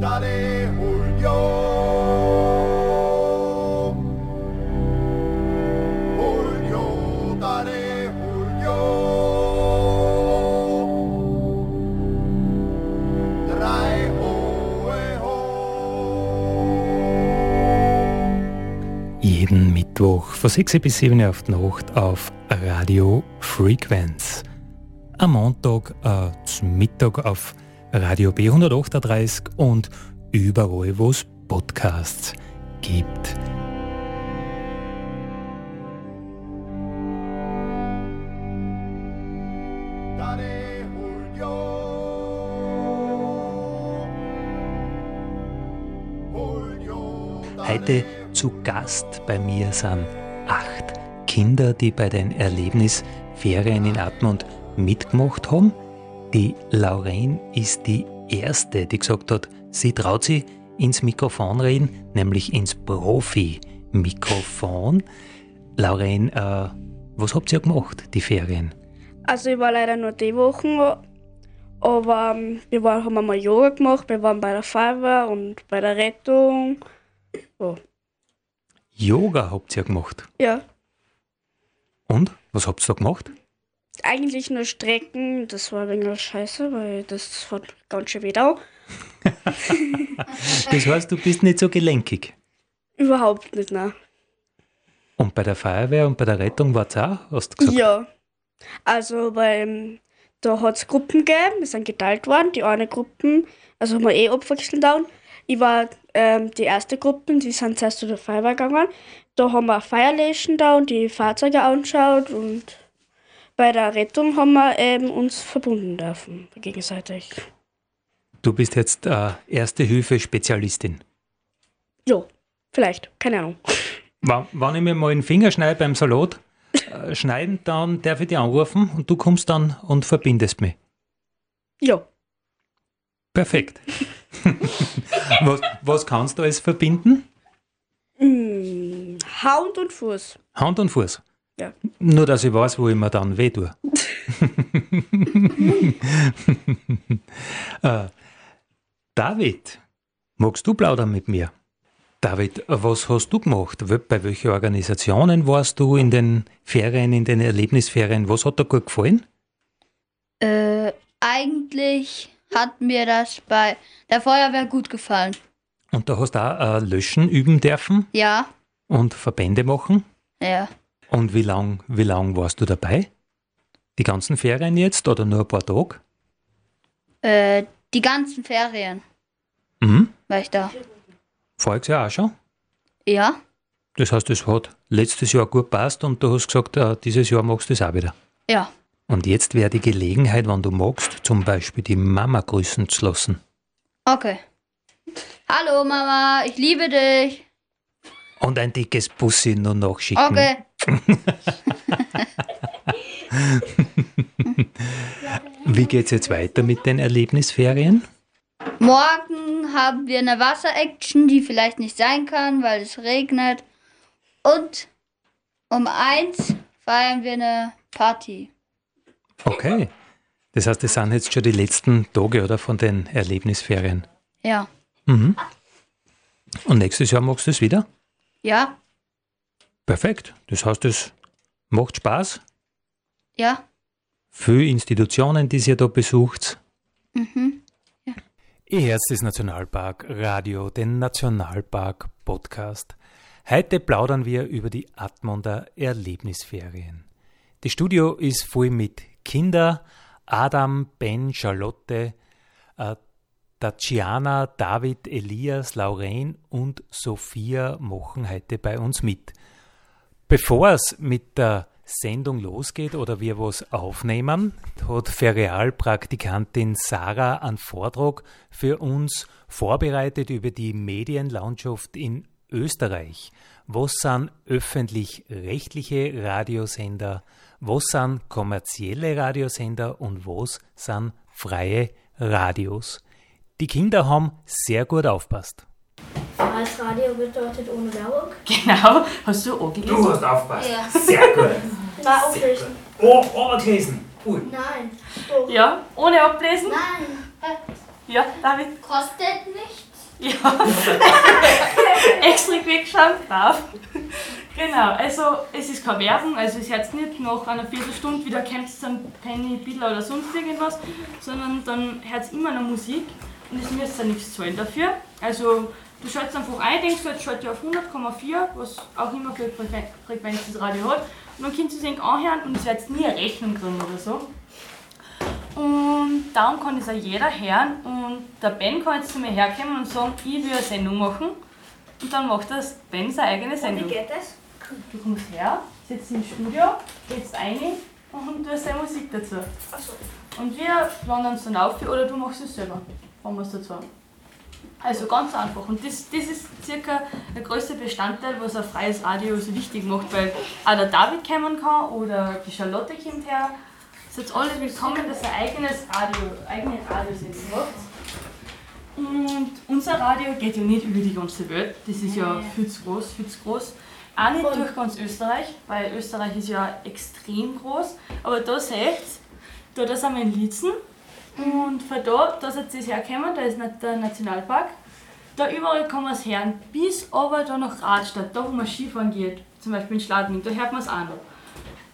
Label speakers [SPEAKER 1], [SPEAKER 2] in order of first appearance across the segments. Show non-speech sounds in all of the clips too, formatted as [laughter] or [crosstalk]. [SPEAKER 1] Daddy Julio. Julio, Daddy Julio. Drei hohe Ho.
[SPEAKER 2] Jeden Mittwoch von 6 bis 7 Uhr auf die Nacht auf Radio Frequenz. Am Montag äh, zum Mittag auf Radio B138 und überall, wo es Podcasts gibt.
[SPEAKER 1] Daddy Julio. Julio,
[SPEAKER 2] Heute zu Gast bei mir sind acht Kinder, die bei den Erlebnisferien in Atmund mitgemacht haben. Die Lauren ist die erste, die gesagt hat, sie traut sich ins Mikrofon reden, nämlich ins Profi-Mikrofon. Lauren, äh, was habt ihr gemacht, die Ferien?
[SPEAKER 3] Also ich war leider nur die Wochen, aber ähm, wir waren, haben einmal Yoga gemacht, wir waren bei der Feuerwehr und bei der Rettung. So.
[SPEAKER 2] Yoga habt ihr gemacht.
[SPEAKER 3] Ja,
[SPEAKER 2] Und? Was habt ihr da gemacht?
[SPEAKER 3] eigentlich nur Strecken, das war ein wenig scheiße, weil das hat ganz schön weh da.
[SPEAKER 2] Das heißt, du bist nicht so gelenkig.
[SPEAKER 3] Überhaupt nicht, ne?
[SPEAKER 2] Und bei der Feuerwehr und bei der Rettung war es auch, hast du gesagt?
[SPEAKER 3] Ja. Also beim, da hat es Gruppen gegeben, wir sind geteilt worden, die eine Gruppen, also haben wir eh abwechselnd da. Ich war ähm, die erste Gruppe, die sind zuerst zu der Feuerwehr gegangen. Da haben wir Feierlöschen da und die Fahrzeuge angeschaut und bei der Rettung haben wir ähm, uns verbunden dürfen, gegenseitig.
[SPEAKER 2] Du bist jetzt äh, Erste-Hilfe-Spezialistin.
[SPEAKER 3] Jo, vielleicht, keine Ahnung.
[SPEAKER 2] Wa- Wenn ich mir mal einen Finger schneide beim Salat, äh, schneiden, dann darf ich dich anrufen und du kommst dann und verbindest mich.
[SPEAKER 3] Jo,
[SPEAKER 2] Perfekt. [laughs] was, was kannst du alles verbinden?
[SPEAKER 3] hm, Hand und Fuß.
[SPEAKER 2] Hand und Fuß.
[SPEAKER 3] Ja.
[SPEAKER 2] Nur, dass ich weiß, wo ich mir dann weh tue. äh, David, magst du plaudern mit mir? David, was hast du gemacht? Wel- Bei welchen Organisationen warst du in den Ferien, in den Erlebnisferien? Was hat dir gut gefallen?
[SPEAKER 4] Äh, eigentlich hat mir das bei der Feuerwehr gut gefallen.
[SPEAKER 2] Und da hast du auch äh, Löschen üben dürfen
[SPEAKER 4] Ja,
[SPEAKER 2] und Verbände machen.
[SPEAKER 4] ja.
[SPEAKER 2] Und wie lang, wie lang warst du dabei? Die ganzen Ferien jetzt oder nur ein paar Tage?
[SPEAKER 4] Äh, die ganzen Ferien
[SPEAKER 2] Mhm.
[SPEAKER 4] war ich da.
[SPEAKER 2] Voriges Jahr auch schon.
[SPEAKER 4] Ja,
[SPEAKER 2] Das heißt, es hat letztes Jahr gut passt und du hast gesagt, äh, dieses Jahr magst du es auch wieder.
[SPEAKER 4] ja.
[SPEAKER 2] Und jetzt wäre die Gelegenheit, wenn du magst, zum Beispiel die Mama grüßen zu lassen.
[SPEAKER 4] Okay. Hallo Mama, ich liebe dich.
[SPEAKER 2] Und ein dickes Bussi nur nachschicken.
[SPEAKER 4] Okay.
[SPEAKER 2] Wie geht's jetzt weiter mit den Erlebnisferien?
[SPEAKER 4] Morgen haben wir eine Wasser-Action, die vielleicht nicht sein kann, weil es regnet. Und um eins feiern wir eine Party.
[SPEAKER 2] Okay. Das heißt, das sind jetzt schon die letzten Tage, oder, von den Erlebnisferien.
[SPEAKER 4] Ja,
[SPEAKER 2] Mhm. Und nächstes Jahr machst du es wieder?
[SPEAKER 4] ja,
[SPEAKER 2] Perfekt. Das heißt, es macht Spaß.
[SPEAKER 4] ja.
[SPEAKER 2] Für Institutionen, die ihr da besucht.
[SPEAKER 4] Mhm.
[SPEAKER 2] Ihr Herz ist Nationalpark Radio, den Nationalpark Podcast. Heute plaudern wir über die Admonder Erlebnisferien. Das Studio ist voll mit Kinder, Adam, Ben, Charlotte, äh, Tatjana, David, Elias, Lauren und Sophia machen heute bei uns mit. Bevor es mit der Sendung losgeht oder wir was aufnehmen, hat Ferialpraktikantin Sarah einen Vortrag für uns vorbereitet über die Medienlandschaft in Österreich. Was sind öffentlich-rechtliche Radiosender? Was sind kommerzielle Radiosender und was sind freie Radios? Die Kinder haben sehr gut aufpasst.
[SPEAKER 5] Freies Radio bedeutet ohne Werbung.
[SPEAKER 6] Genau, hast du auch gelesen?
[SPEAKER 7] hast aufgepasst.
[SPEAKER 4] Ja.
[SPEAKER 7] Sehr gut.
[SPEAKER 5] Nein, auflösen.
[SPEAKER 7] Oh, angelesen. Ui.
[SPEAKER 5] Nein. Oh.
[SPEAKER 6] Ja, ohne ablesen?
[SPEAKER 4] Nein.
[SPEAKER 6] Ja, David,
[SPEAKER 4] Kostet nichts.
[SPEAKER 6] ja. [laughs] Extra quick geschaut, darf. Genau, also es ist keine Werbung, also es jetzt nicht nach einer Viertelstunde wieder kommt zum Penny, Billa oder sonst irgendwas, sondern dann hört es immer noch Musik und es müsst ihr nichts zahlen dafür. Also du schaltest einfach ein, denkst du, jetzt schalte ich auf 100,4, was auch immer für Frequen- Frequenz das Radio hat, und dann könnt ihr es irgendwie anhören und es wird nie eine Rechnung drin oder so. Und darum kann das auch jeder hören. Und der Ben kann jetzt zu mir herkommen und sagen, ich will eine Sendung machen. Und dann macht das Ben seine eigene
[SPEAKER 5] Wie
[SPEAKER 6] Sendung.
[SPEAKER 5] geht das?
[SPEAKER 6] Du kommst her, sitzt im Studio, gehst rein und du hast deine Musik dazu.
[SPEAKER 5] Achso.
[SPEAKER 6] Und wir wandern es dann auf oder du machst es selber, wenn wir es dazu haben. Also ganz einfach. Und das, das ist circa der größte Bestandteil, was ein freies Radio so wichtig macht, weil auch der David kommen kann oder die Charlotte kommt her. Ist jetzt alle willkommen, dass ihr eigenes Radio, eigene Radiosendung macht. Und unser Radio geht ja nicht über die ganze Welt, das ist ja viel zu groß, viel zu groß. Auch nicht durch ganz Österreich, weil Österreich ist ja extrem groß. Aber da seht ihr, da, da sind wir in Lietzen. Und von da, da sind sie hergekommen, da ist nicht der Nationalpark. Da überall kann man es hören, bis aber da nach Radstadt, da wo man Skifahren geht, zum Beispiel in Schladming, da hört man es auch noch.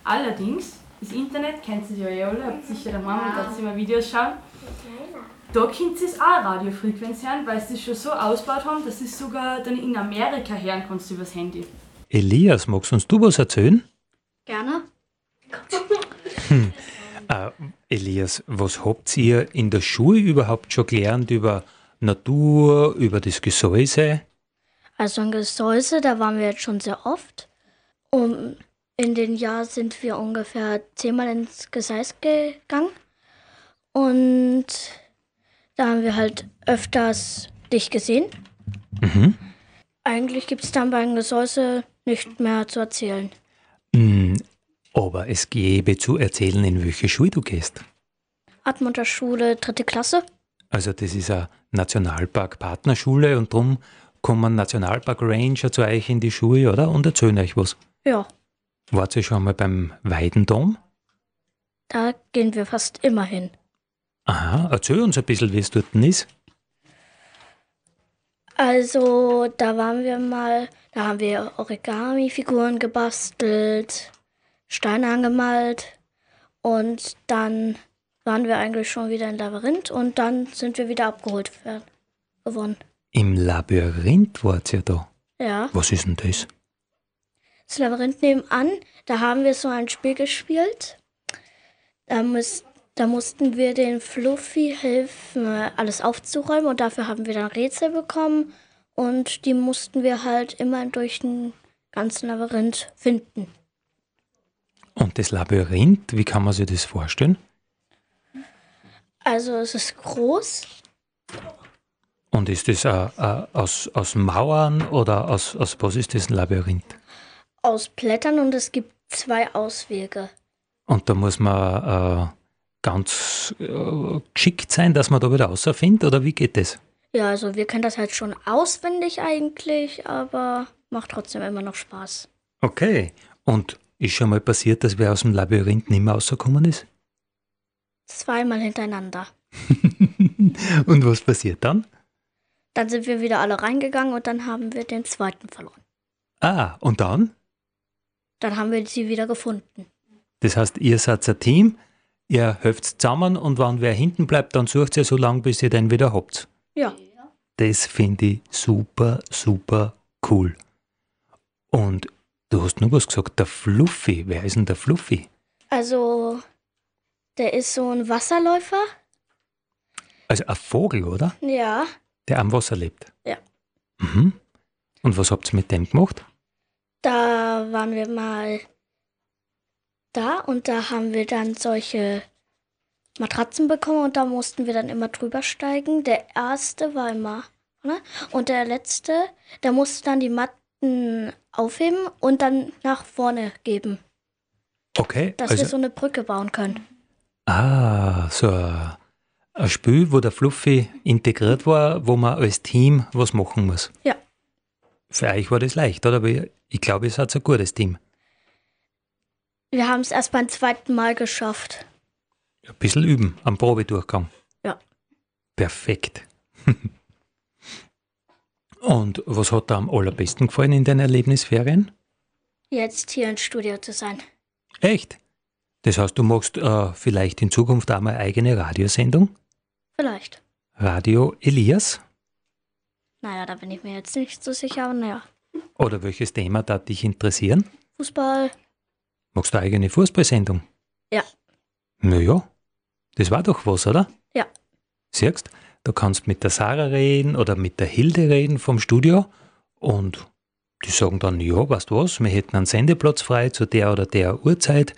[SPEAKER 6] Allerdings, das Internet kennt ihr ja eh alle, habt sicher der Mama und dazu immer Videos schauen. Da könnt ihr es auch Radiofrequenz hören, weil sie es schon so ausgebaut haben, dass sie es sogar dann in Amerika hören kannst übers Handy.
[SPEAKER 2] Elias, magst uns du was erzählen? Hm.
[SPEAKER 4] Gerne.
[SPEAKER 2] Äh, Elias, was habt ihr in der Schule überhaupt schon gelernt über Natur, über das Gesäuse?
[SPEAKER 5] Also in Gesäuse, da waren wir jetzt schon sehr oft. Um, in den Jahr sind wir ungefähr zehnmal ins Gesäß gegangen. Und da haben wir halt öfters dich gesehen.
[SPEAKER 2] Mhm.
[SPEAKER 5] Eigentlich gibt es dann bei den Gesäuse nicht mehr zu erzählen.
[SPEAKER 2] Mm, Aber es gäbe zu erzählen, in welche Schule du gehst.
[SPEAKER 5] Admonter Schule, dritte Klasse.
[SPEAKER 2] Also das ist eine Nationalpark-Partnerschule und darum kommen Nationalpark-Ranger zu euch in die Schule, oder? Und erzählen euch was.
[SPEAKER 5] Ja,
[SPEAKER 2] Wart ihr schon mal beim Weidendom?
[SPEAKER 5] da gehen wir fast immer hin.
[SPEAKER 2] Aha, erzähl uns ein bisschen, wie es dort ist.
[SPEAKER 5] Also, da waren wir mal, da haben wir Origami-Figuren gebastelt, Steine angemalt und dann waren wir eigentlich schon wieder im Labyrinth und dann sind wir wieder abgeholt werden, geworden.
[SPEAKER 2] Im Labyrinth wart ihr da.
[SPEAKER 5] Ja,
[SPEAKER 2] Was ist denn das?
[SPEAKER 5] das Labyrinth nebenan, da haben wir so ein Spiel gespielt. Da, müß, da mussten wir den Fluffy helfen, alles aufzuräumen und dafür haben wir dann Rätsel bekommen und die mussten wir halt immer durch den ganzen Labyrinth finden.
[SPEAKER 2] Und das Labyrinth, wie kann man sich das vorstellen?
[SPEAKER 5] Also es ist groß.
[SPEAKER 2] Und ist das äh, äh, aus, aus Mauern oder aus, aus was ist das ein Labyrinth?
[SPEAKER 5] aus Blättern und es gibt zwei Auswege.
[SPEAKER 2] Und da muss man äh, ganz äh, geschickt sein, dass man da wieder rausfindet, oder wie geht das?
[SPEAKER 5] Ja, also wir kennen das halt schon auswendig eigentlich, aber macht trotzdem immer noch Spaß.
[SPEAKER 2] Okay. Und ist schon mal passiert, dass wer aus dem Labyrinth nicht mehr rausgekommen ist?
[SPEAKER 5] Zweimal hintereinander.
[SPEAKER 2] [laughs] Und was passiert dann?
[SPEAKER 5] Dann sind wir wieder alle reingegangen und dann haben wir den zweiten verloren.
[SPEAKER 2] Ah, und dann?
[SPEAKER 5] Dann haben wir sie wieder gefunden.
[SPEAKER 2] Das heißt, ihr seid ein Team, ihr helft zusammen und wenn wer hinten bleibt, dann sucht ihr so lange, bis ihr den wieder habt.
[SPEAKER 5] Ja.
[SPEAKER 2] Das finde ich super, super cool. Und du hast nur was gesagt, der Fluffy. Wer ist denn der Fluffy?
[SPEAKER 5] Also, der ist so ein Wasserläufer.
[SPEAKER 2] Also ein Vogel, oder?
[SPEAKER 5] Ja,
[SPEAKER 2] Der am Wasser lebt.
[SPEAKER 5] Ja.
[SPEAKER 2] Mhm. Und was habt ihr mit dem gemacht?
[SPEAKER 5] da waren wir mal da und da haben wir dann solche Matratzen bekommen und da mussten wir dann immer drüber steigen. Der erste war immer, ne? Und der letzte, der musste dann die Matten aufheben und dann nach vorne geben,
[SPEAKER 2] Okay. also
[SPEAKER 5] dass wir so eine Brücke bauen können.
[SPEAKER 2] Ah, so ein- ein Spiel, wo der Fluffy integriert war, wo man als Team was machen muss.
[SPEAKER 5] Ja.
[SPEAKER 2] Für euch war das leicht, oder? Aber ich- ich glaube, ihr seid ein gutes Team.
[SPEAKER 5] Wir haben es erst beim zweiten Mal geschafft.
[SPEAKER 2] Ein bisschen üben am Probedurchgang.
[SPEAKER 5] Ja.
[SPEAKER 2] Perfekt. [laughs] Und was hat dir am allerbesten gefallen in den Erlebnisferien?
[SPEAKER 5] Jetzt hier im Studio zu sein.
[SPEAKER 2] Echt? Das heißt, du machst äh, vielleicht in Zukunft auch mal eine eigene Radiosendung?
[SPEAKER 5] Vielleicht.
[SPEAKER 2] Radio Elias?
[SPEAKER 5] Naja, da bin ich mir jetzt nicht so sicher, aber naja.
[SPEAKER 2] Oder welches Thema da dich interessieren?
[SPEAKER 5] Fußball.
[SPEAKER 2] Magst du eine eigene Fußballsendung?
[SPEAKER 5] Ja.
[SPEAKER 2] Naja, das war doch was, oder?
[SPEAKER 5] Ja.
[SPEAKER 2] Siehst, du kannst mit der Sarah reden oder mit der Hilde reden vom Studio und die sagen dann, ja, weißt du was, wir hätten einen Sendeplatz frei zu der oder der Uhrzeit,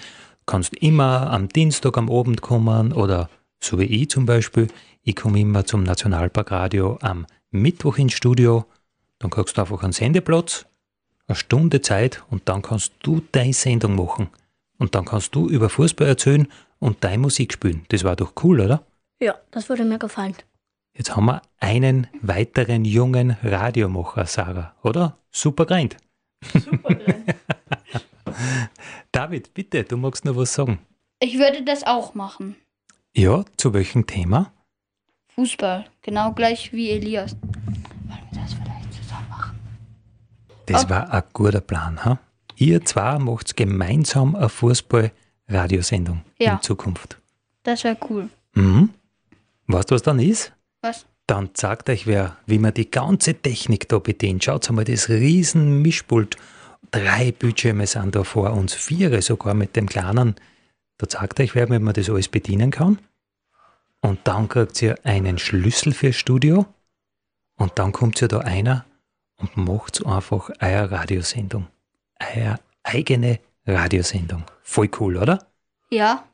[SPEAKER 2] kannst immer am Dienstag am Abend kommen oder so wie ich zum Beispiel, ich komme immer zum Nationalparkradio am Mittwoch ins Studio, dann kriegst du einfach einen Sendeplatz, eine Stunde Zeit und dann kannst du deine Sendung machen. Und dann kannst du über Fußball erzählen und deine Musik spielen. Das war doch cool, oder?
[SPEAKER 5] Ja, das würde mir gefallen.
[SPEAKER 2] Jetzt haben wir einen weiteren jungen Radiomacher, Sarah, oder? Super greint.
[SPEAKER 6] Super drin.
[SPEAKER 2] David, bitte, du magst noch was sagen.
[SPEAKER 4] Ich würde das auch machen.
[SPEAKER 2] Ja, zu welchem Thema?
[SPEAKER 4] Fußball. Genau gleich wie Elias. Wollen wir das vielleicht zusammen machen?
[SPEAKER 2] Das war ein guter Plan, ha? Ah. Ihr zwei macht gemeinsam eine Fußball-Radiosendung
[SPEAKER 4] Ja.
[SPEAKER 2] in Zukunft.
[SPEAKER 4] Das wäre cool.
[SPEAKER 2] Mhm. Weißt du, was dann ist?
[SPEAKER 4] Was?
[SPEAKER 2] Dann zeigt euch wer, wie man die ganze Technik da bedient. Schaut mal, das riesen Mischpult. Drei Bildschirme sind da vor uns, viere sogar mit dem kleinen. Da zeigt euch wer, wie man das alles bedienen kann. Und dann kriegt ihr einen Schlüssel fürs Studio. Und dann kommt ihr da einer und macht einfach eure Radiosendung. Eure eigene Radiosendung. Voll cool, oder?
[SPEAKER 4] Ja,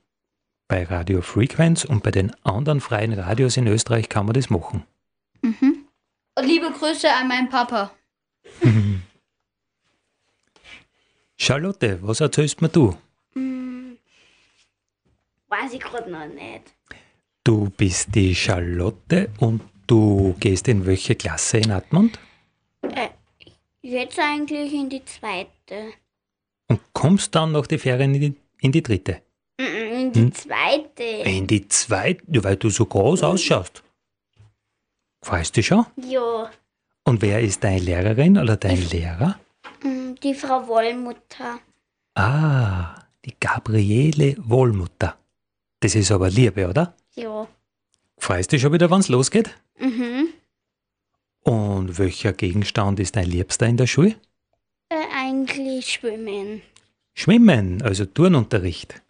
[SPEAKER 2] Bei Radio Frequenz und bei den anderen freien Radios in Österreich kann man das machen.
[SPEAKER 4] Mhm. Und liebe Grüße an meinen Papa.
[SPEAKER 2] Charlotte, was erzählst mir du?
[SPEAKER 8] Hm, Weiß ich gerade noch nicht.
[SPEAKER 2] Du bist die Charlotte und du gehst in welche Klasse in Admont
[SPEAKER 8] Jetzt eigentlich in die zweite.
[SPEAKER 2] und kommst dann nach den Ferien in die, in die dritte.
[SPEAKER 8] Mm, mm, In die
[SPEAKER 2] Hm?
[SPEAKER 8] zweite.
[SPEAKER 2] In die zweite, ja, weil du so
[SPEAKER 8] Mhm.
[SPEAKER 2] groß ausschaust. Weißt du schon?
[SPEAKER 8] Ja,
[SPEAKER 2] Und wer ist deine Lehrerin oder dein Lehrer?
[SPEAKER 8] mm, die Frau Wollmutter.
[SPEAKER 2] Ah, die Gabriele Wohlmutter. Das ist aber Liebe, oder?
[SPEAKER 8] Ja.
[SPEAKER 2] Freust du dich schon wieder, wann's losgeht?
[SPEAKER 8] Mhm.
[SPEAKER 2] Und welcher Gegenstand ist dein Liebster in der Schule?
[SPEAKER 8] Äh, eigentlich schwimmen.
[SPEAKER 2] Schwimmen, also Turnunterricht.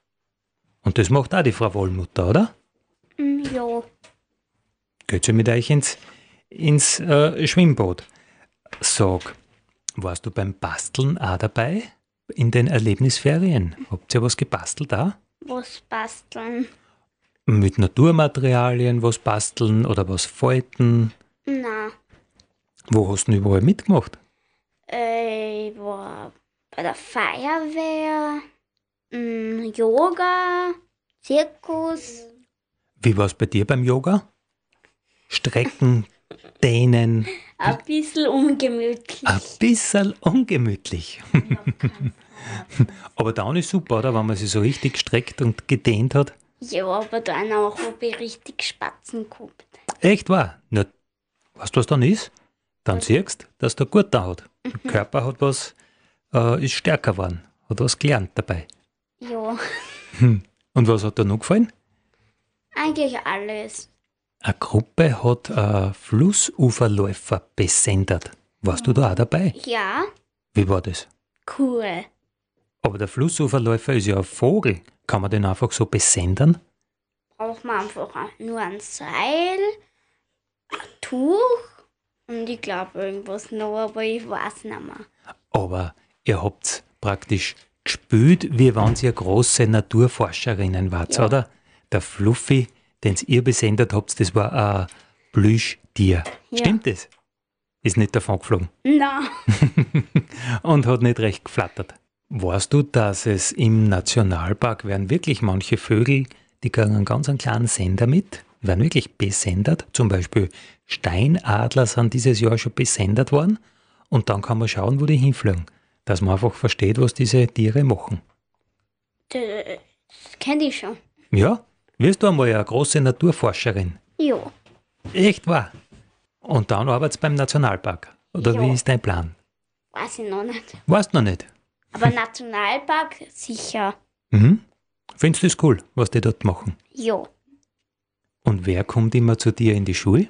[SPEAKER 2] Und das macht auch die Frau Wollmutter, oder?
[SPEAKER 8] Mm, ja.
[SPEAKER 2] Geht sie mit euch ins, ins äh, Schwimmboot? Sag, warst du beim Basteln auch dabei? In den Erlebnisferien? Habt ihr was gebastelt da?
[SPEAKER 8] Was basteln?
[SPEAKER 2] Mit Naturmaterialien was basteln oder was falten?
[SPEAKER 8] Na,
[SPEAKER 2] Wo hast du denn überall mitgemacht?
[SPEAKER 8] äh, ich war bei der Feuerwehr. Mm, Yoga. Zirkus.
[SPEAKER 2] Wie war es bei dir beim Yoga? Strecken, dehnen,
[SPEAKER 8] Ein bisschen ungemütlich.
[SPEAKER 2] Ein bisschen ungemütlich. [laughs] Aber dann ist super, oder? Wenn man sich so richtig gestreckt und gedehnt hat.
[SPEAKER 8] Ja, aber dann auch, ob ich richtig spatzen kommt.
[SPEAKER 2] Echt wahr? Na, weißt du, was dann ist? Dann siehst du, dass der gut da hat.
[SPEAKER 8] Mhm.
[SPEAKER 2] Der Körper hat was, äh, ist stärker geworden, hat was gelernt dabei. Hm.
[SPEAKER 8] Ja,
[SPEAKER 2] Und was hat dir noch gefallen?
[SPEAKER 8] eigentlich alles.
[SPEAKER 2] Eine Gruppe hat äh, Flussuferläufer besendet. Warst du da auch dabei?
[SPEAKER 8] Ja,
[SPEAKER 2] Wie war das?
[SPEAKER 8] cool.
[SPEAKER 2] Aber der Flussuferläufer ist ja ein Vogel. Kann man den einfach so besenden?
[SPEAKER 8] braucht man einfach ein- nur ein Seil, ein Tuch und ich glaube irgendwas noch, aber ich weiß nicht mehr.
[SPEAKER 2] Aber ihr habt praktisch gespült, wie wenn ihr große Naturforscherinnen wart, oder? Der Fluffy, den ihr besendet habt, das war ein Plüschtier. Stimmt das? Ist nicht davon geflogen
[SPEAKER 8] Nein,
[SPEAKER 2] [laughs] und hat nicht recht geflattert. Weißt du, dass es im Nationalpark werden wirklich manche Vögel, die kriegen einen ganz einen kleinen Sender mit, werden wirklich besendet. Zum Beispiel Steinadler sind dieses Jahr schon besendet worden. Und dann kann man schauen, wo die hinfliegen. Dass man einfach versteht, was diese Tiere machen.
[SPEAKER 8] das kenne ich schon.
[SPEAKER 2] Ja, wirst du einmal eine große Naturforscherin.
[SPEAKER 8] Ja,
[SPEAKER 2] Echt wahr. Und dann arbeitest du beim Nationalpark. Oder
[SPEAKER 8] Ja.
[SPEAKER 2] wie ist dein Plan?
[SPEAKER 8] weiß ich noch nicht.
[SPEAKER 2] Weißt noch nicht.
[SPEAKER 8] Aber
[SPEAKER 5] [laughs]
[SPEAKER 8] Nationalpark sicher.
[SPEAKER 2] Mhm. Findest du es cool, was die dort machen?
[SPEAKER 8] Ja.
[SPEAKER 2] Und wer kommt immer zu dir in die Schule?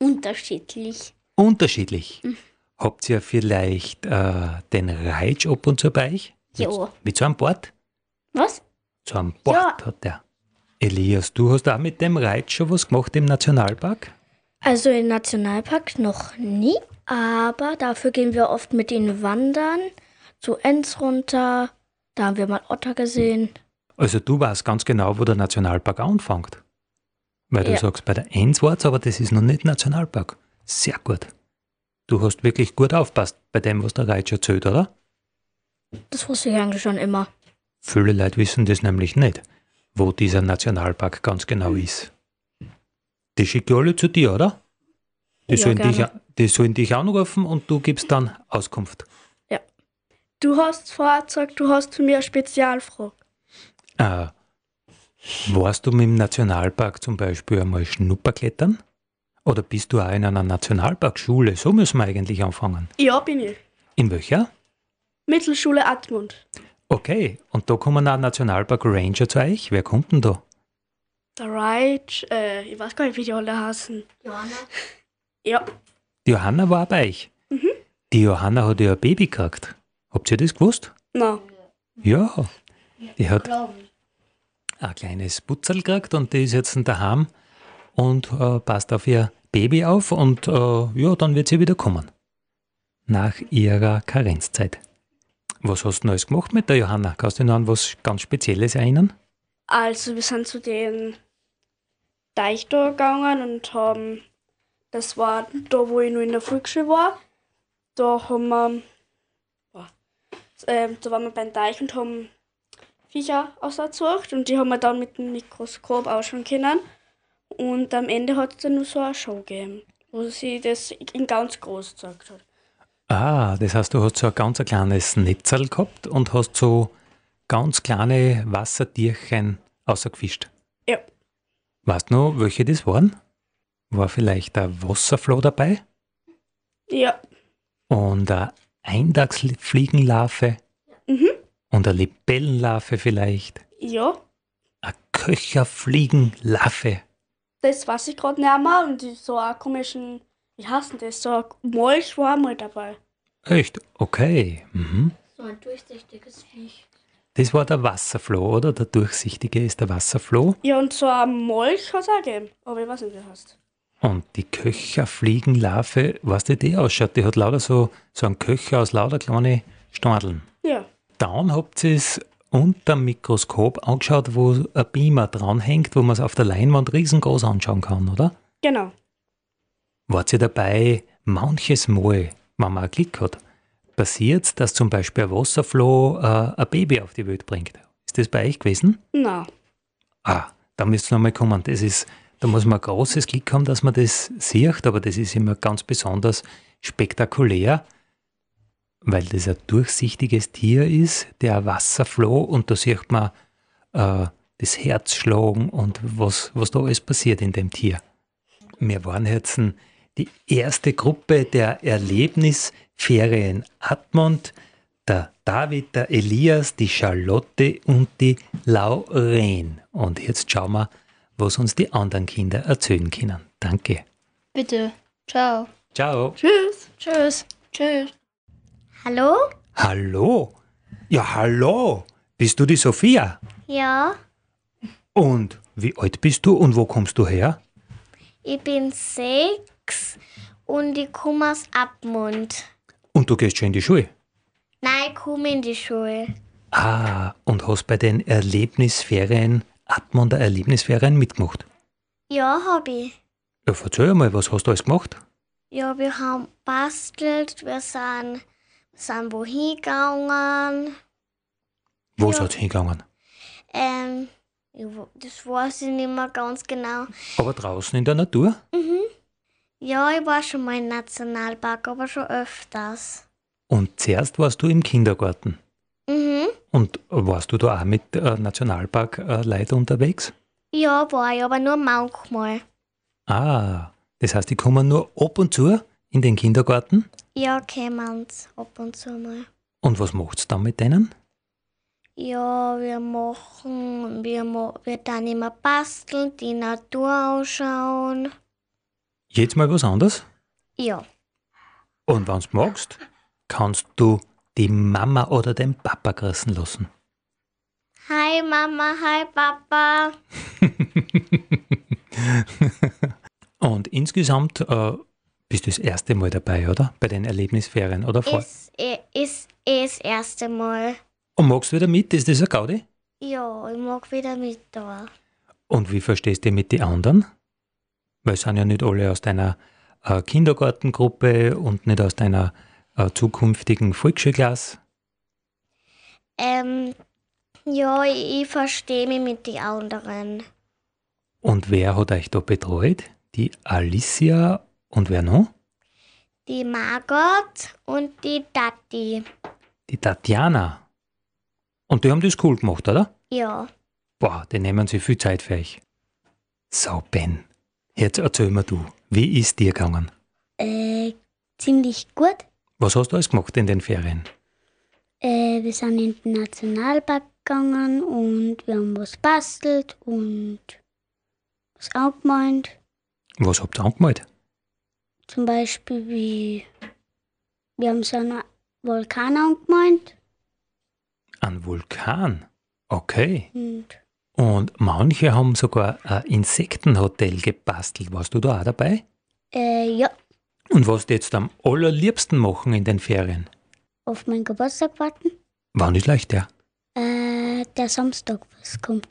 [SPEAKER 8] Unterschiedlich. Mhm.
[SPEAKER 2] Unterschiedlich. Habt ihr vielleicht äh, den Reitsch ab und zu bei euch? Mit,
[SPEAKER 8] Ja.
[SPEAKER 2] mit so einem Bord?
[SPEAKER 8] Was?
[SPEAKER 2] So einem Bord hat er. Elias, du hast auch mit dem Reitsch schon was gemacht im Nationalpark?
[SPEAKER 5] Also im Nationalpark noch nie, aber dafür gehen wir oft mit ihnen wandern, zu Enz runter. Da haben wir mal Otter gesehen.
[SPEAKER 2] Also du weißt ganz genau, wo der Nationalpark anfängt. Weil du
[SPEAKER 5] Ja.
[SPEAKER 2] sagst, bei der Enz war's, aber das ist noch nicht Nationalpark. Sehr gut. Du hast wirklich gut aufpasst bei dem, was der Reitsch erzählt, oder?
[SPEAKER 5] Das wusste ich eigentlich schon immer.
[SPEAKER 2] Viele Leute wissen das nämlich nicht, wo dieser Nationalpark ganz genau
[SPEAKER 5] Hm.
[SPEAKER 2] ist. Die schicke alle zu dir, oder? Die,
[SPEAKER 5] Ja,
[SPEAKER 2] sollen dich,
[SPEAKER 5] gerne.
[SPEAKER 2] die sollen dich anrufen und du gibst dann Auskunft.
[SPEAKER 3] Du hast vorher gesagt, du hast zu mir eine Spezialfrage.
[SPEAKER 2] Äh, warst du mit dem Nationalpark zum Beispiel einmal Schnupperklettern? Oder bist du auch in einer Nationalparkschule? So müssen wir eigentlich anfangen.
[SPEAKER 3] Ja, bin ich.
[SPEAKER 2] In welcher?
[SPEAKER 3] Mittelschule Atmund.
[SPEAKER 2] Okay, und da kommen auch Nationalpark Ranger zu euch. Wer kommt denn da?
[SPEAKER 3] Der Right, äh, ich weiß gar nicht, wie die alle heißen. Johanna? Ja.
[SPEAKER 2] Die Johanna war auch bei euch. Die Johanna hat ja ein Baby gekriegt. Habt ihr das gewusst?
[SPEAKER 3] Na,
[SPEAKER 2] Ja, die hat ein kleines Putzerl gekriegt und die ist jetzt daheim und äh, passt auf ihr Baby auf und äh, ja, dann wird sie wieder kommen. Nach ihrer Karenzzeit. Was hast du denn alles gemacht mit der Johanna? Kannst du dich noch an was ganz Spezielles erinnern?
[SPEAKER 3] also wir sind zu den Teich da gegangen und haben, das war da, wo ich noch in der Volksschule war, da haben wir, boah, ähm, da waren wir beim Teich und haben Viecher ausgesucht und die haben wir dann mit dem Mikroskop ausschauen können. Und am Ende hat es dann nur so eine Show gegeben, wo sie das in ganz groß gezeigt hat.
[SPEAKER 2] Ah, das heißt, du hast so ein ganz ein kleines Netzerl gehabt und hast so ganz kleine Wassertierchen rausgefischt.
[SPEAKER 3] Ja.
[SPEAKER 2] Weißt du noch, welche das waren? War vielleicht ein Wasserfloh dabei?
[SPEAKER 3] Ja,
[SPEAKER 2] Und eine Eindachsfliegenlarve.
[SPEAKER 3] Mhm.
[SPEAKER 2] Und eine Libellenlarve vielleicht.
[SPEAKER 3] ja,
[SPEAKER 2] Eine Köcherfliegenlarve.
[SPEAKER 3] das weiß ich gerade nicht mehr und die so einen komischen, wie heißt denn das, so ein Molch war mal dabei.
[SPEAKER 2] Echt? Okay. Mhm.
[SPEAKER 5] So ein durchsichtiges Viech.
[SPEAKER 2] Das war der Wasserfloh, oder? Der durchsichtige ist der Wasserfloh.
[SPEAKER 3] Ja, und so ein Molch hat es auch gegeben, aber ich weiß nicht, wie er heißt.
[SPEAKER 2] Und die Köcherfliegenlarve, weißt du, wie die ausschaut? Die hat lauter so, so einen Köcher aus lauter kleinen Storneln.
[SPEAKER 3] Ja,
[SPEAKER 2] Dann habt ihr es unter dem Mikroskop angeschaut, wo ein Beamer dranhängt, wo man es auf der Leinwand riesengroß anschauen kann, oder?
[SPEAKER 3] genau.
[SPEAKER 2] Wart ihr dabei, manches Mal, wenn man einen Klick hat, passiert, dass zum Beispiel ein Wasserfloh äh, ein Baby auf die Welt bringt? Ist das bei euch gewesen?
[SPEAKER 3] Na,
[SPEAKER 2] Ah, da müsst ihr nochmal kommen. Das ist, da muss man ein großes Glück haben, dass man das sieht, aber das ist immer ganz besonders spektakulär, weil das ein durchsichtiges Tier ist, der ein Wasserfloh und da sieht man äh, das Herz schlagen und was, was da alles passiert in dem Tier. Wir waren jetzt die erste Gruppe der Erlebnisferien Admont, der David, der Elias, die Charlotte und die Lauren. Und jetzt schauen wir, was uns die anderen Kinder erzählen können. Danke.
[SPEAKER 4] Bitte. Ciao.
[SPEAKER 2] Ciao.
[SPEAKER 5] Tschüss.
[SPEAKER 4] Tschüss.
[SPEAKER 8] Hallo?
[SPEAKER 2] Hallo. Ja, hallo. Bist du die Sophia?
[SPEAKER 8] Ja,
[SPEAKER 2] Und wie alt bist du und wo kommst du her?
[SPEAKER 9] Ich bin sechs und ich komme aus Abmund.
[SPEAKER 2] Und du gehst schon in die Schule.
[SPEAKER 9] Nein, ich komme in die Schule.
[SPEAKER 2] Ah, und hast bei den Erlebnisferien, Admonder Erlebnisferien mitgemacht.
[SPEAKER 9] Ja, habe ich.
[SPEAKER 2] Ja, erzähl mal, was hast du alles gemacht?
[SPEAKER 9] Ja, wir haben bastelt, wir sind, sind wohin gegangen.
[SPEAKER 2] Wo
[SPEAKER 9] Ja.
[SPEAKER 2] seid ihr hingegangen?
[SPEAKER 9] Ähm, ich wa- das weiß ich nicht mehr ganz genau. Mhm.
[SPEAKER 2] Aber draußen in der Natur?
[SPEAKER 9] Ja, ich war schon mal im Nationalpark, aber schon öfters.
[SPEAKER 2] Und zuerst warst du im Kindergarten.
[SPEAKER 9] Mhm.
[SPEAKER 2] Und warst du da auch mit äh, Nationalpark-Leuten unterwegs?
[SPEAKER 9] Ja, war ich, aber nur manchmal.
[SPEAKER 2] Ah, das heißt, die kommen nur ab und zu in den Kindergarten.
[SPEAKER 9] Ja, kämen's ab und zu mal.
[SPEAKER 2] Und was macht's dann mit denen?
[SPEAKER 9] Ja, wir machen, wir, mo wir dann immer basteln, die Natur ausschauen.
[SPEAKER 2] Jedes Mal was anderes?
[SPEAKER 9] Ja.
[SPEAKER 2] Und wenn's magst, kannst du die Mama oder den Papa grüßen lassen. [laughs]
[SPEAKER 9] Hi Mama, hi Papa.
[SPEAKER 2] Und insgesamt äh, bist du das erste Mal dabei, oder? Bei den Erlebnisferien oder vor?
[SPEAKER 9] Ist, eh- ist eh das erste Mal.
[SPEAKER 2] Und magst du wieder mit? Ist das eine Gaudi?
[SPEAKER 9] Ja, ich mag wieder mit da.
[SPEAKER 2] Und wie verstehst du mit den anderen? Weil es sind ja nicht alle aus deiner äh, Kindergartengruppe und nicht aus deiner äh, zukünftigen Volksschulklasse.
[SPEAKER 9] Ähm, ja, ich, ich verstehe mich mit den anderen.
[SPEAKER 2] Und wer hat euch da betreut? Die Alicia und wer noch?
[SPEAKER 9] Die Margot und die Dati.
[SPEAKER 2] Die Tatjana. Und die haben das cool gemacht, oder?
[SPEAKER 9] Ja.
[SPEAKER 2] Boah, die nehmen sich viel Zeit für euch. So, Ben, jetzt erzähl mir du, wie ist dir gegangen?
[SPEAKER 10] Äh, ziemlich gut.
[SPEAKER 2] Was hast du alles gemacht in den Ferien?
[SPEAKER 10] Äh, wir sind in den Nationalpark gegangen und wir haben was bastelt und was angemalt.
[SPEAKER 2] Was habt ihr angemalt?
[SPEAKER 10] Zum Beispiel wie wir haben so einen Vulkan angemalt
[SPEAKER 2] Ein Vulkan. Okay.
[SPEAKER 10] und
[SPEAKER 2] Und manche haben sogar ein Insektenhotel gebastelt. Warst du da auch dabei?
[SPEAKER 10] äh, ja,
[SPEAKER 2] Und was die jetzt am allerliebsten machen in den Ferien?
[SPEAKER 10] auf meinen Geburtstag warten.
[SPEAKER 2] War nicht leichter.
[SPEAKER 10] Äh, der Samstag, was kommt.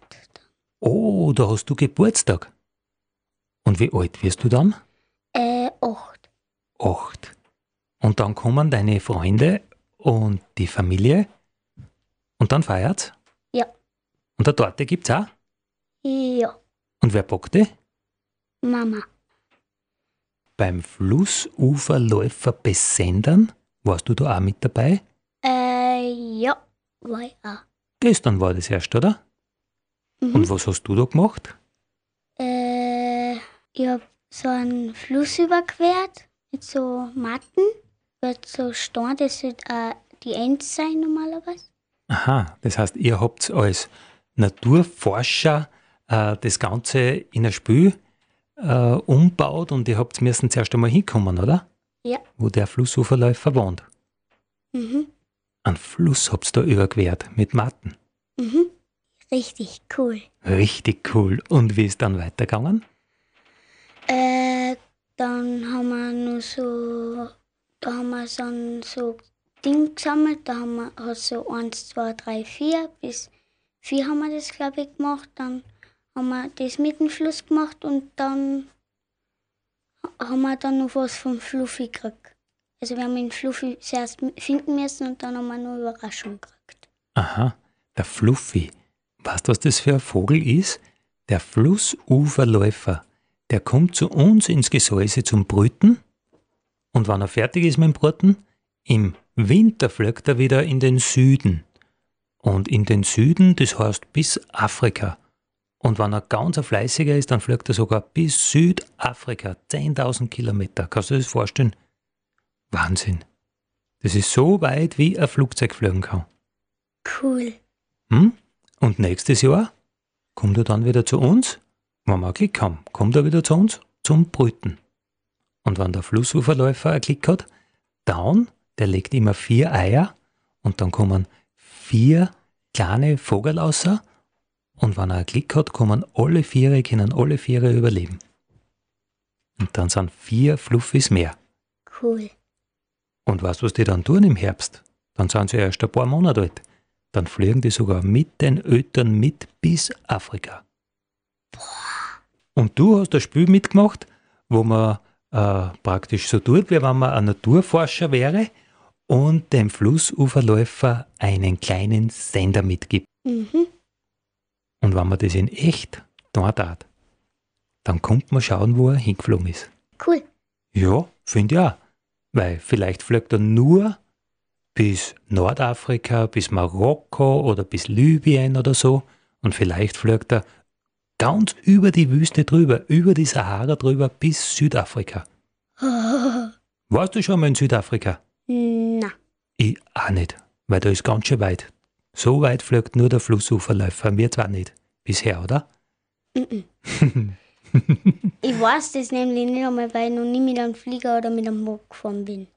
[SPEAKER 2] Oh, da hast du Geburtstag. Und wie alt wirst du dann?
[SPEAKER 10] Äh, acht.
[SPEAKER 2] Acht. Und dann kommen deine Freunde und die Familie. Und dann feiert's?
[SPEAKER 10] Ja.
[SPEAKER 2] Und eine Torte gibt's auch?
[SPEAKER 10] Ja,
[SPEAKER 2] Und wer backt die?
[SPEAKER 10] Mama.
[SPEAKER 2] Beim Flussuferläufer besendern? Warst du da auch mit dabei?
[SPEAKER 10] Äh, ja, war ich auch.
[SPEAKER 2] Gestern war das erst, oder?
[SPEAKER 10] Mhm.
[SPEAKER 2] Und was hast du da gemacht?
[SPEAKER 10] Äh, ich hab so einen Fluss überquert mit so Matten. Wird so Stein, das wird äh, die Ends sein normalerweise.
[SPEAKER 2] Aha, das heißt, ihr habt als Naturforscher äh, das Ganze in ein Spiel äh, umbaut und ihr habt müssen zuerst einmal hinkommen, oder?
[SPEAKER 10] Ja.
[SPEAKER 2] Wo der Flussuferläufer wohnt.
[SPEAKER 10] Mhm,
[SPEAKER 2] Ein Fluss habt ihr da überquert mit Matten.
[SPEAKER 10] mhm. Richtig cool.
[SPEAKER 2] Richtig cool. Und wie ist dann weitergegangen?
[SPEAKER 10] Äh, dann haben wir nur so, da haben wir dann so Ding gesammelt, da haben wir hat so 1, 2, 3, 4 bis 4 haben wir das, glaube ich, gemacht. Dann haben wir das mit dem Fluss gemacht und dann ha- haben wir dann noch was vom Fluffy gekriegt. Also wir haben den Fluffy zuerst m- finden müssen und dann haben wir noch Überraschung gekriegt.
[SPEAKER 2] Aha, der Fluffy. Weißt du, was das für ein Vogel ist? Der Flussuferläufer. Der kommt zu uns ins Gesäuse zum Brüten und wenn er fertig ist mit dem Brüten, im Winter fliegt er wieder in den Süden. Und in den Süden, das heißt bis Afrika. Und wenn er ganz ein fleißiger ist, dann fliegt er sogar bis Südafrika. 10.000 Kilometer. Kannst du dir das vorstellen? Wahnsinn. Das ist so weit, wie ein Flugzeug fliegen kann.
[SPEAKER 10] Cool.
[SPEAKER 2] Hm? Und nächstes Jahr kommt er dann wieder zu uns? Wenn wir ein Klick haben, kommt er wieder zu uns zum Brüten. Und wenn der Flussuferläufer einen Klick hat, dann, der legt immer vier Eier und dann kommen vier kleine Vogel raus Und wenn er einen Klick hat, kommen alle Viere, können alle Viere überleben. Und dann sind vier Fluffis mehr.
[SPEAKER 11] Cool.
[SPEAKER 2] Und weißt du, was die dann tun im Herbst? Dann sind sie erst ein paar Monate alt. Dann fliegen die sogar mit den Eltern mit bis Afrika. Und du hast das Spiel mitgemacht, wo man äh, praktisch so tut, wie wenn man ein Naturforscher wäre und dem Flussuferläufer einen kleinen Sender mitgibt.
[SPEAKER 11] Mhm.
[SPEAKER 2] Und wenn man das in echt da tat, dann kommt man schauen, wo er hingeflogen ist.
[SPEAKER 11] Cool.
[SPEAKER 10] [laughs]
[SPEAKER 2] Ja, finde ich auch. Weil vielleicht fliegt er nur bis Nordafrika, bis Marokko oder bis Libyen oder so. Und vielleicht fliegt er ganz über die Wüste drüber, über die Sahara drüber bis Südafrika. Warst du schon mal in Südafrika?
[SPEAKER 11] Na.
[SPEAKER 2] Ich auch nicht, weil da ist ganz schön weit. So weit fliegt nur der Flussuferläufer, wir zwar nicht. Bisher, oder?
[SPEAKER 11] Ich weiß das nämlich nicht einmal, weil ich noch nie mit einem Flieger oder mit einem Boot gefahren bin.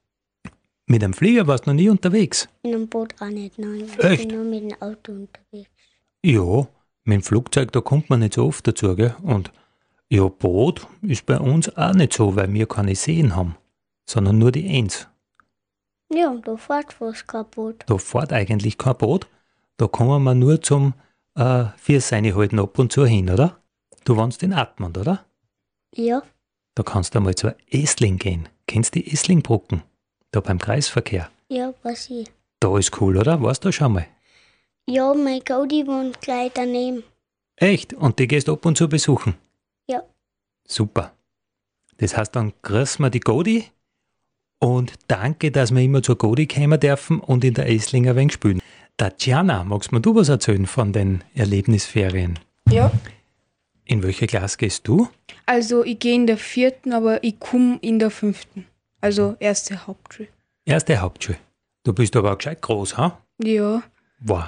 [SPEAKER 2] Mit einem Flieger warst du noch nie unterwegs.
[SPEAKER 11] Mit einem Boot auch nicht, nein. Ich
[SPEAKER 2] Echt?
[SPEAKER 11] bin nur mit dem Auto unterwegs.
[SPEAKER 2] Ja, mit dem Flugzeug, da kommt man nicht so oft dazu, gell? Und ja, Boot ist bei uns auch nicht so, weil wir keine Seen haben, sondern nur die Eins.
[SPEAKER 11] Ja, und da fährt was kaputt.
[SPEAKER 2] Da fährt eigentlich kein Boot, da kommen wir nur zum äh, Vierseine halten ab und zu hin, oder? Du wohnst in Atmund, oder?
[SPEAKER 11] Ja,
[SPEAKER 2] Da kannst du mal zur Essling gehen. Kennst du die Esslingbrücken? Da beim Kreisverkehr.
[SPEAKER 11] ja, weiß ich.
[SPEAKER 2] Da ist cool, oder? Warst du schon mal?
[SPEAKER 11] Ja, mein Gaudi wohnt gleich daneben.
[SPEAKER 2] Echt? Und die gehst ab und zu besuchen?
[SPEAKER 11] Ja.
[SPEAKER 2] Super. Das heißt, dann grüßen wir die Godi und danke, dass wir immer zur Godi kommen dürfen und in der Esslinger wenig spielen. Tatjana, magst mir du was erzählen von den Erlebnisferien?
[SPEAKER 12] Ja.
[SPEAKER 2] In welche Klasse gehst du?
[SPEAKER 12] Also ich gehe in der vierten, aber ich komme in der fünften. Also erste Hauptschule.
[SPEAKER 2] Erste Hauptschule. Du bist aber auch gescheit groß, ha?
[SPEAKER 12] Ja.
[SPEAKER 2] Wow.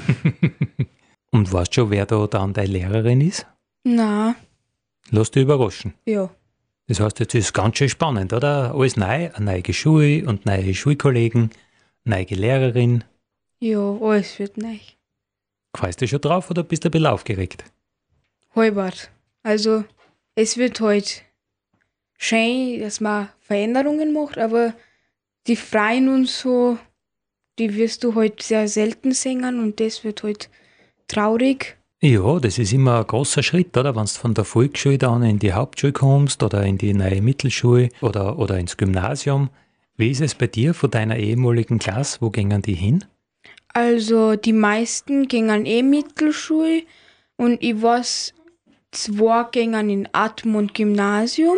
[SPEAKER 2] [laughs] und weißt schon, wer da dann deine Lehrerin ist?
[SPEAKER 12] Na,
[SPEAKER 2] Lass dich überraschen.
[SPEAKER 12] ja.
[SPEAKER 2] Das heißt, jetzt ist ganz schön spannend, oder? Alles neu, eine neue Schule und neue Schulkollegen, neue Lehrerin.
[SPEAKER 12] Ja, alles wird neu.
[SPEAKER 2] Freust du schon drauf oder bist du ein bisschen aufgeregt?
[SPEAKER 12] Heubert. Also es wird heute schön, dass man Veränderungen macht, aber die Freien und so, die wirst du heute sehr selten singen und das wird heute traurig.
[SPEAKER 2] Ja, das ist immer ein großer Schritt, oder? Wenn du von der Volksschule dann in die Hauptschule kommst oder in die neue Mittelschule oder, oder ins Gymnasium. Wie ist es bei dir von deiner ehemaligen Klasse? Wo gingen die hin?
[SPEAKER 12] Also die meisten gingen eh Mittelschule und ich weiß, zwei gingen in Atmund Gymnasium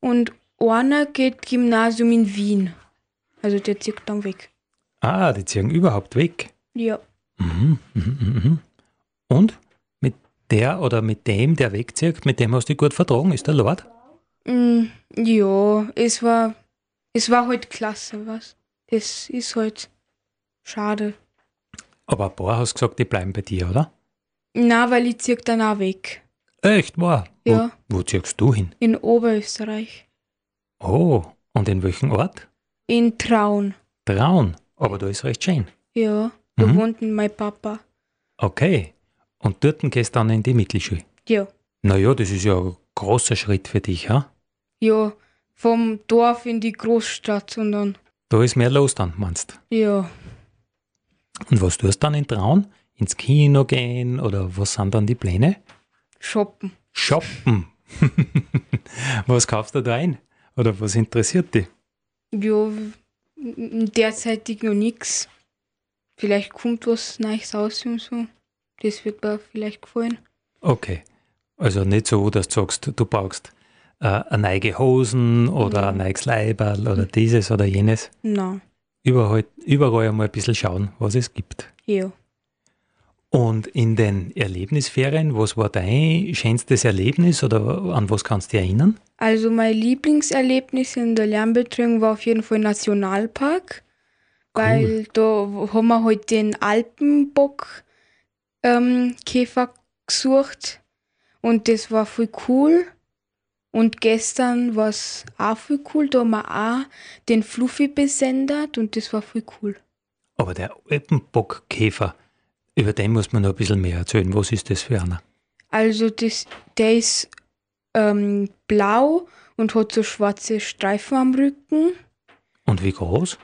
[SPEAKER 12] und einer geht Gymnasium in Wien. Also der zieht dann weg.
[SPEAKER 2] Ah, die ziehen überhaupt weg.
[SPEAKER 12] Ja.
[SPEAKER 2] Mhm, mhm, mhm, mhm. Und? Mit der oder mit dem, der wegzieht, mit dem hast du dich gut vertragen, ist der Lord?
[SPEAKER 12] Mm, ja, es war, es war heute klasse, was? Das ist heute schade.
[SPEAKER 2] Aber ein paar hast gesagt, die bleiben bei dir, oder?
[SPEAKER 12] Na, weil ich ziehe dann auch weg.
[SPEAKER 2] Echt, wahr?
[SPEAKER 12] Ja.
[SPEAKER 2] Wo, wo ziehst du hin?
[SPEAKER 12] In Oberösterreich.
[SPEAKER 2] Oh, und in welchen Ort?
[SPEAKER 12] In Traun.
[SPEAKER 2] Traun. Aber da ist recht schön.
[SPEAKER 12] Ja, da
[SPEAKER 2] Mhm.
[SPEAKER 12] wohnt mein Papa.
[SPEAKER 2] Okay. Und dort gehst du dann in die Mittelschule.
[SPEAKER 12] Ja.
[SPEAKER 2] Naja, das ist ja ein großer Schritt für dich, ha?
[SPEAKER 12] Ja, vom Dorf in die Großstadt und dann,
[SPEAKER 2] Da ist mehr los dann, meinst
[SPEAKER 12] ja,
[SPEAKER 2] Und was tust du dann in Traun? Ins Kino gehen oder was sind dann die Pläne?
[SPEAKER 12] shoppen.
[SPEAKER 2] Shoppen. [laughs] was kaufst du da ein? Oder was interessiert dich?
[SPEAKER 12] Ja, m- derzeitig noch nichts. Vielleicht kommt was Neues aus und so. Das wird mir vielleicht gefallen.
[SPEAKER 2] Okay. Also nicht so, dass du sagst, du brauchst äh, eine neige Hosen oder ein neues Leiberl oder dieses oder jenes.
[SPEAKER 12] Na,
[SPEAKER 2] Überall, überall einmal ein bisschen schauen, was es gibt.
[SPEAKER 12] ja.
[SPEAKER 2] Und in den Erlebnisferien, was war dein schönstes Erlebnis oder an was kannst du dich erinnern?
[SPEAKER 12] Also mein Lieblingserlebnis in der Lernbetreuung war auf jeden Fall Nationalpark, weil da haben wir heute halt den Alpenbock ähm, Käfer gesucht und das war voll cool. Und gestern war es auch voll cool, da haben wir auch den Fluffy besendet und das war voll cool.
[SPEAKER 2] Aber der Alpenbockkäfer, Über den muss man noch ein bisschen mehr erzählen. Was ist das für einer?
[SPEAKER 12] Also das, der ist ähm, blau und hat so schwarze Streifen am Rücken.
[SPEAKER 2] Und wie groß?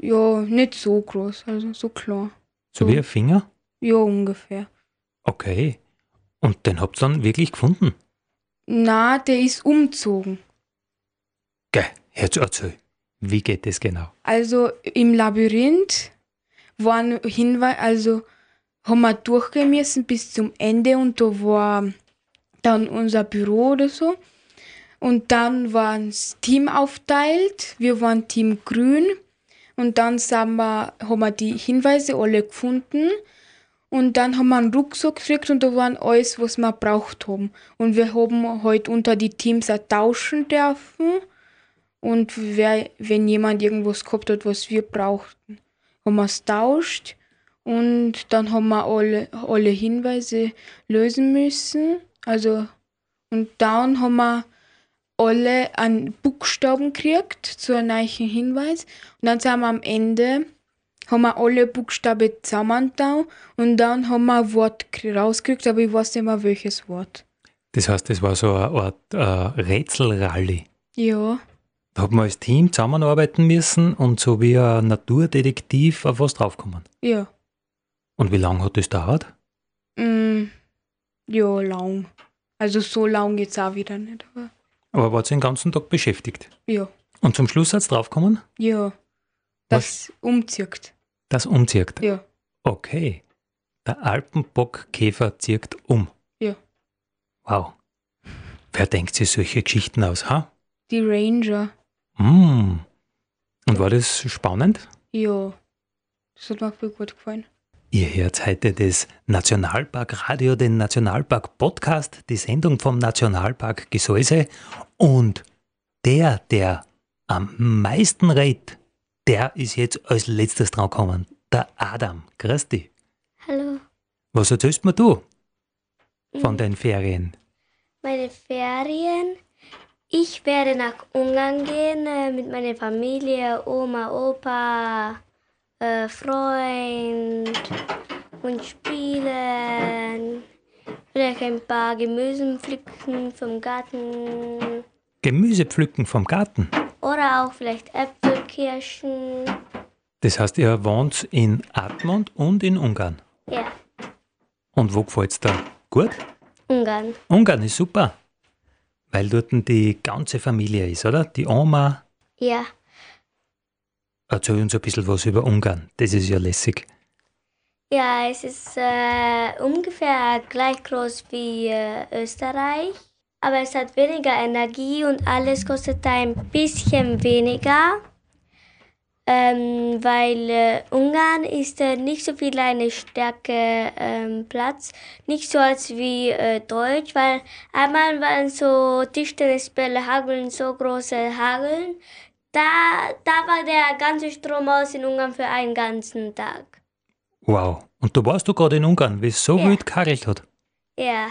[SPEAKER 12] Ja, nicht so groß, also so klein.
[SPEAKER 2] So wie ein Finger?
[SPEAKER 12] Ja, ungefähr.
[SPEAKER 2] Okay. Und den habt ihr dann wirklich gefunden?
[SPEAKER 12] Na, der ist umzogen.
[SPEAKER 2] Gell, jetzt erzähl. Wie geht das genau?
[SPEAKER 12] Also im Labyrinth waren Hinweis, also haben wir durchgehen müssen bis zum Ende und da war dann unser Büro oder so. Und dann war das Team aufteilt. Wir waren Team Grün. Und dann sind wir, haben wir die Hinweise alle gefunden. Und dann haben wir einen Rucksack gekriegt und da waren alles, was wir braucht haben. Und wir haben heute unter die Teams auch tauschen dürfen. Und wer, wenn jemand irgendwas gehabt hat, was wir brauchten, haben wir es tauscht. Und dann haben wir alle, alle Hinweise lösen müssen. Also, und dann haben wir alle einen Buchstaben gekriegt zu einem neuen Hinweis. Und dann sind wir am Ende, haben wir alle Buchstaben zusammengetan und dann haben wir ein Wort krie- rausgekriegt, aber ich weiß nicht mehr welches Wort.
[SPEAKER 2] Das heißt, das war so eine Art äh, Rätselrallye.
[SPEAKER 12] Ja,
[SPEAKER 2] Da hat man als Team zusammenarbeiten müssen und so wie ein Naturdetektiv auf was draufkommen.
[SPEAKER 12] ja,
[SPEAKER 2] Und wie lange hat das dauert?
[SPEAKER 12] mm, ja, lang. Also so lang jetzt auch wieder nicht, aber
[SPEAKER 2] Aber wart ihr den ganzen Tag beschäftigt.
[SPEAKER 12] ja,
[SPEAKER 2] Und zum Schluss hat's draufgekommen,
[SPEAKER 12] ja. Das umzieht.
[SPEAKER 2] das umzirkt.
[SPEAKER 12] Ja,
[SPEAKER 2] Okay. Der Alpenbockkäfer zirkt um.
[SPEAKER 12] Ja.
[SPEAKER 2] Wow. Wer denkt sich solche Geschichten aus, ha?
[SPEAKER 12] die Ranger.
[SPEAKER 2] Mm. Und war das spannend?
[SPEAKER 12] Ja, das hat mir voll gut gefallen.
[SPEAKER 2] Ihr hört heute das Nationalpark Radio, den Nationalpark Podcast, die Sendung vom Nationalpark Gesäuse. Und der, der am meisten redet, der ist jetzt als letztes dran gekommen. Der Adam. Grüß dich.
[SPEAKER 11] Hallo, Mm.
[SPEAKER 2] Was erzählst mir du
[SPEAKER 11] Mhm.
[SPEAKER 2] von deinen Ferien?
[SPEAKER 11] meine Ferien. Ich werde nach Ungarn gehen äh, mit meiner Familie, Oma, Opa, äh, Freund und spielen. Vielleicht ein paar Gemüse pflücken vom Garten.
[SPEAKER 2] Gemüse pflücken vom Garten.
[SPEAKER 11] Oder auch vielleicht Äpfel, Kirschen.
[SPEAKER 2] Das heißt, ihr wohnt in Admont und in Ungarn.
[SPEAKER 11] Ja,
[SPEAKER 2] Und wo gefällt's dir? Gut?
[SPEAKER 11] Ungarn.
[SPEAKER 2] Ungarn ist super. Weil dort die ganze Familie ist, oder? Die Oma,
[SPEAKER 11] Ja,
[SPEAKER 2] Erzähl uns ein bisschen was über Ungarn. Das ist ja lässig.
[SPEAKER 11] ja es ist äh, ungefähr gleich groß wie äh, Österreich. Aber es hat weniger Energie und alles kostet ein bisschen weniger. Ähm, weil äh, Ungarn ist äh, nicht so viel eine starke ähm, Platz, nicht so als wie äh, Deutsch, weil einmal waren so Tischtennisbälle hageln, so große Hageln. Da, da war der ganze Strom aus in Ungarn für einen ganzen Tag.
[SPEAKER 2] Wow. Und da warst du gerade in Ungarn, wie es so
[SPEAKER 11] Ja.
[SPEAKER 2] wild karelt hat.
[SPEAKER 11] Ja,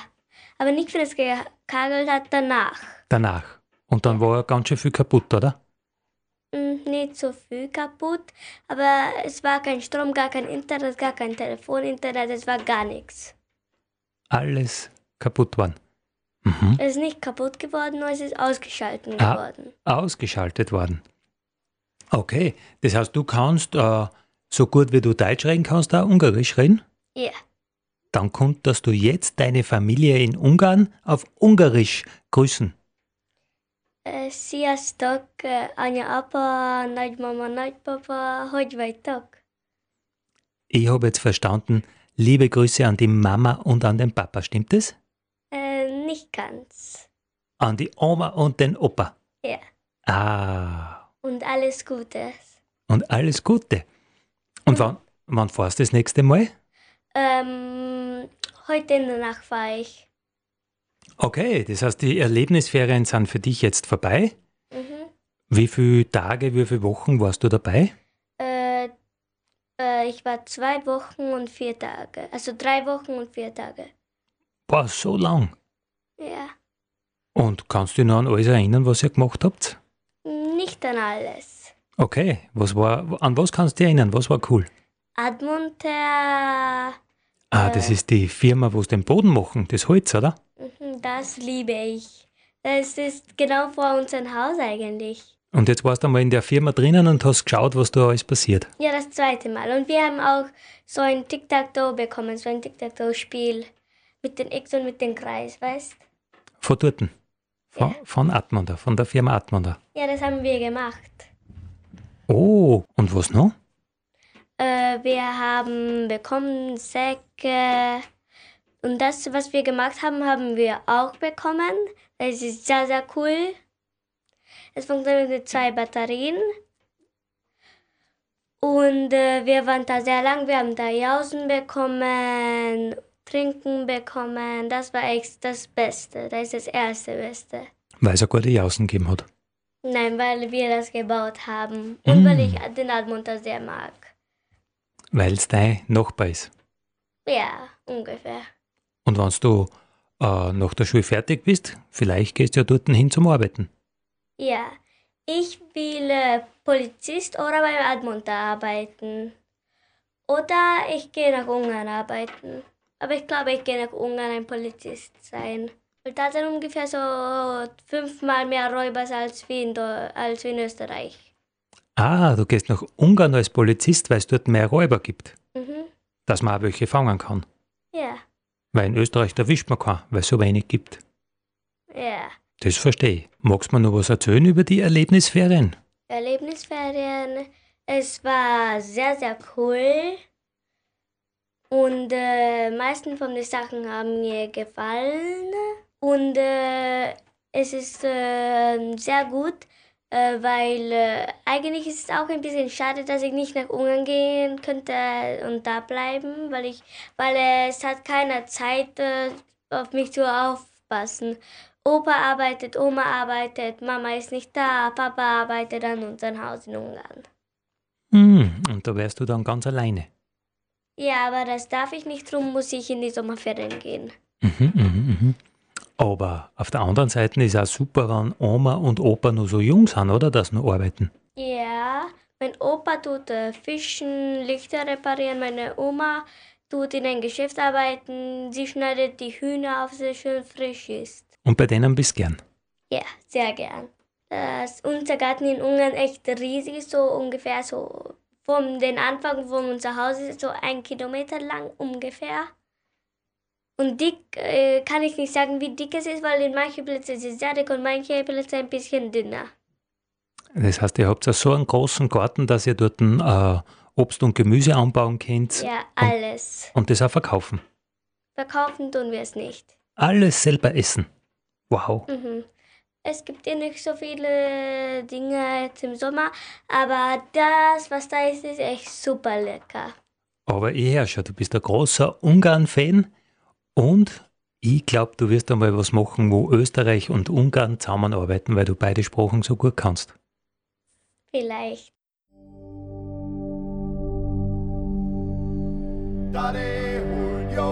[SPEAKER 11] aber nicht, wenn es gekagelt hat danach.
[SPEAKER 2] Danach. Und dann war ja ganz schön viel kaputt, oder?
[SPEAKER 11] Hm, Nicht so viel kaputt, aber es war kein Strom, gar kein Internet, gar kein Telefon, Internet, es war gar nichts.
[SPEAKER 2] Alles kaputt waren. Mhm.
[SPEAKER 11] Es ist nicht kaputt geworden, nur es ist ausgeschalten
[SPEAKER 2] Ah.
[SPEAKER 11] geworden.
[SPEAKER 2] Ausgeschaltet worden. Okay. Das heißt, du kannst äh, so gut wie du Deutsch reden kannst, auch Ungarisch reden.
[SPEAKER 11] Ja,
[SPEAKER 2] Dann kommt, dass du jetzt deine Familie in Ungarn auf Ungarisch grüßen.
[SPEAKER 11] Äh, sziasztok, äh, anya, apa, nagymama, nagypapa, hogy vagytok?
[SPEAKER 2] Ich habe jetzt verstanden, liebe Grüße an die Mama und an den Papa, stimmt das?
[SPEAKER 11] Äh, nicht ganz.
[SPEAKER 2] An die Oma und den Opa.
[SPEAKER 11] Ja,
[SPEAKER 2] Ah,
[SPEAKER 11] und alles Gute.
[SPEAKER 2] und alles Gute.
[SPEAKER 11] Mhm.
[SPEAKER 2] Und wann, wann fährst du das nächste Mal?
[SPEAKER 11] Ähm, heute in der Nacht fahre ich.
[SPEAKER 2] Okay, das heißt, die Erlebnisferien sind für dich jetzt vorbei.
[SPEAKER 11] Mhm.
[SPEAKER 2] Wie viele Tage, wie viele Wochen warst du dabei?
[SPEAKER 11] Äh, äh, ich war zwei Wochen und vier Tage. Also drei Wochen und vier Tage.
[SPEAKER 2] Boah, so lang.
[SPEAKER 11] Ja,
[SPEAKER 2] Und kannst du dich noch an alles erinnern, was ihr gemacht habt?
[SPEAKER 11] nicht an alles.
[SPEAKER 2] Okay, was war, an was kannst du dich erinnern? Was war cool?
[SPEAKER 11] Admont, äh,
[SPEAKER 2] Ah, das ist die Firma, wo sie den Boden machen, das Holz, oder?
[SPEAKER 11] Mhm, Das liebe ich. Das ist genau vor unserem Haus eigentlich.
[SPEAKER 2] Und jetzt warst du einmal in der Firma drinnen und hast geschaut, was da alles passiert.
[SPEAKER 11] Ja, das zweite Mal. Und wir haben auch so ein Tic-Tac-Toe bekommen, so ein Tic-Tac-Toe-Spiel. Mit den X und mit dem Kreis, weißt
[SPEAKER 2] Von dorten. Von, von Atmander, von der Firma Atmander.
[SPEAKER 11] Ja, das haben wir gemacht.
[SPEAKER 2] Oh, und was noch?
[SPEAKER 11] Äh, wir haben bekommen Säcke. Und das, was wir gemacht haben, haben wir auch bekommen. Es ist sehr, sehr cool. Es funktioniert mit zwei Batterien. Und äh, wir waren da sehr lang. Wir haben da Jausen bekommen, Trinken bekommen. Das war echt das Beste. Das ist das erste Beste.
[SPEAKER 2] Weil es ja gute Jausen gegeben hat.
[SPEAKER 11] Nein, weil wir das gebaut haben. Und weil ich den Admonter sehr mag.
[SPEAKER 2] Weil es dein Nachbar ist.
[SPEAKER 11] Ja, ungefähr.
[SPEAKER 2] Und wenn du äh, nach der Schule fertig bist, vielleicht gehst du ja dorten hin zum Arbeiten.
[SPEAKER 11] Ja, ich will äh, Polizist oder beim Admonter arbeiten. Oder ich gehe nach Ungarn arbeiten. Aber ich glaube, ich gehe nach Ungarn ein Polizist sein. Weil da sind ungefähr so fünfmal mehr Räuber als wie in, Deu- als wie in Österreich.
[SPEAKER 2] Ah, du gehst nach Ungarn als Polizist, weil es dort mehr Räuber gibt.
[SPEAKER 11] Mhm.
[SPEAKER 2] Dass man auch welche fangen kann.
[SPEAKER 11] Ja,
[SPEAKER 2] Weil in Österreich erwischt man keinen, weil es so wenig gibt.
[SPEAKER 11] ja.
[SPEAKER 2] Das verstehe ich. Magst du mir noch was erzählen über die Erlebnisferien?
[SPEAKER 11] Erlebnisferien. Es war sehr, sehr cool. Und äh, meisten von den Sachen haben mir gefallen. Und äh, es ist äh, sehr gut, äh, weil äh, eigentlich ist es auch ein bisschen schade, dass ich nicht nach Ungarn gehen könnte und da bleiben, weil ich, weil äh, es hat keiner Zeit äh, auf mich zu aufpassen. Opa arbeitet, Oma arbeitet, Mama ist nicht da, Papa arbeitet an unserem Haus in Ungarn.
[SPEAKER 2] Hm, und da wärst du dann ganz alleine.
[SPEAKER 11] Ja, aber das darf ich nicht, drum muss ich in die Sommerferien gehen.
[SPEAKER 2] Mhm, mhm, mhm. Aber auf der anderen Seite ist auch super, wenn Oma und Opa noch so jung sind, oder? Dass sie noch arbeiten.
[SPEAKER 11] Ja, mein Opa tut äh, Fischen, Lichter reparieren, meine Oma tut in ein Geschäft arbeiten, sie schneidet die Hühner auf, sie schön frisch ist.
[SPEAKER 2] Und bei denen bist gern.
[SPEAKER 11] Ja, sehr gern. Das, unser Garten in Ungarn echt riesig, ist, so ungefähr so von den Anfang von unser Haus ist so ein Kilometer lang ungefähr. Und dick äh, kann ich nicht sagen, wie dick es ist, weil in manchen Plätzen ist es sehr dick und manche Plätze ein bisschen dünner.
[SPEAKER 2] Das heißt, ihr habt ja so einen großen Garten, dass ihr dort äh, Obst und Gemüse anbauen könnt
[SPEAKER 11] Ja, alles.
[SPEAKER 2] und das auch verkaufen.
[SPEAKER 11] Verkaufen tun wir es nicht.
[SPEAKER 2] Alles selber essen. Wow.
[SPEAKER 11] Mhm. Es gibt eh nicht so viele Dinge jetzt im Sommer, aber das, was da ist, ist echt super lecker.
[SPEAKER 2] Aber ich höre schon, du bist ein großer Ungarn-Fan und ich glaube, du wirst einmal was machen, wo Österreich und Ungarn zusammenarbeiten, weil du beide Sprachen so gut kannst.
[SPEAKER 11] Vielleicht.
[SPEAKER 1] Daddy Julio.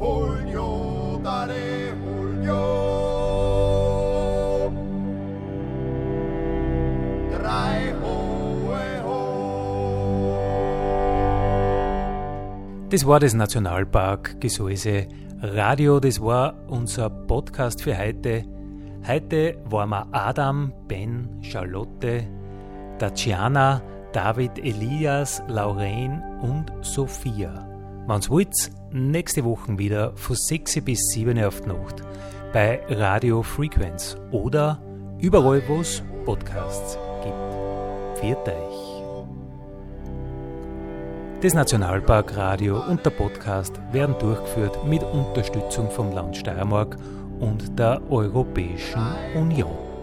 [SPEAKER 1] Julio, Daddy Julio. Drei hohe Ho.
[SPEAKER 2] Das war das Nationalpark Gesäuse Radio. Das war unser Podcast für heute. Heute waren wir Adam, Ben, Charlotte, Tatjana, David, Elias, Lauren und Sophia. Wenn's wollt, nächste Woche wieder von 6 bis 7 Uhr auf die Nacht bei Radio Frequenz oder überall, wo es Podcasts gibt. Viert euch! Das Nationalparkradio und der Podcast werden durchgeführt mit Unterstützung vom Land Steiermark und der Europäischen Union.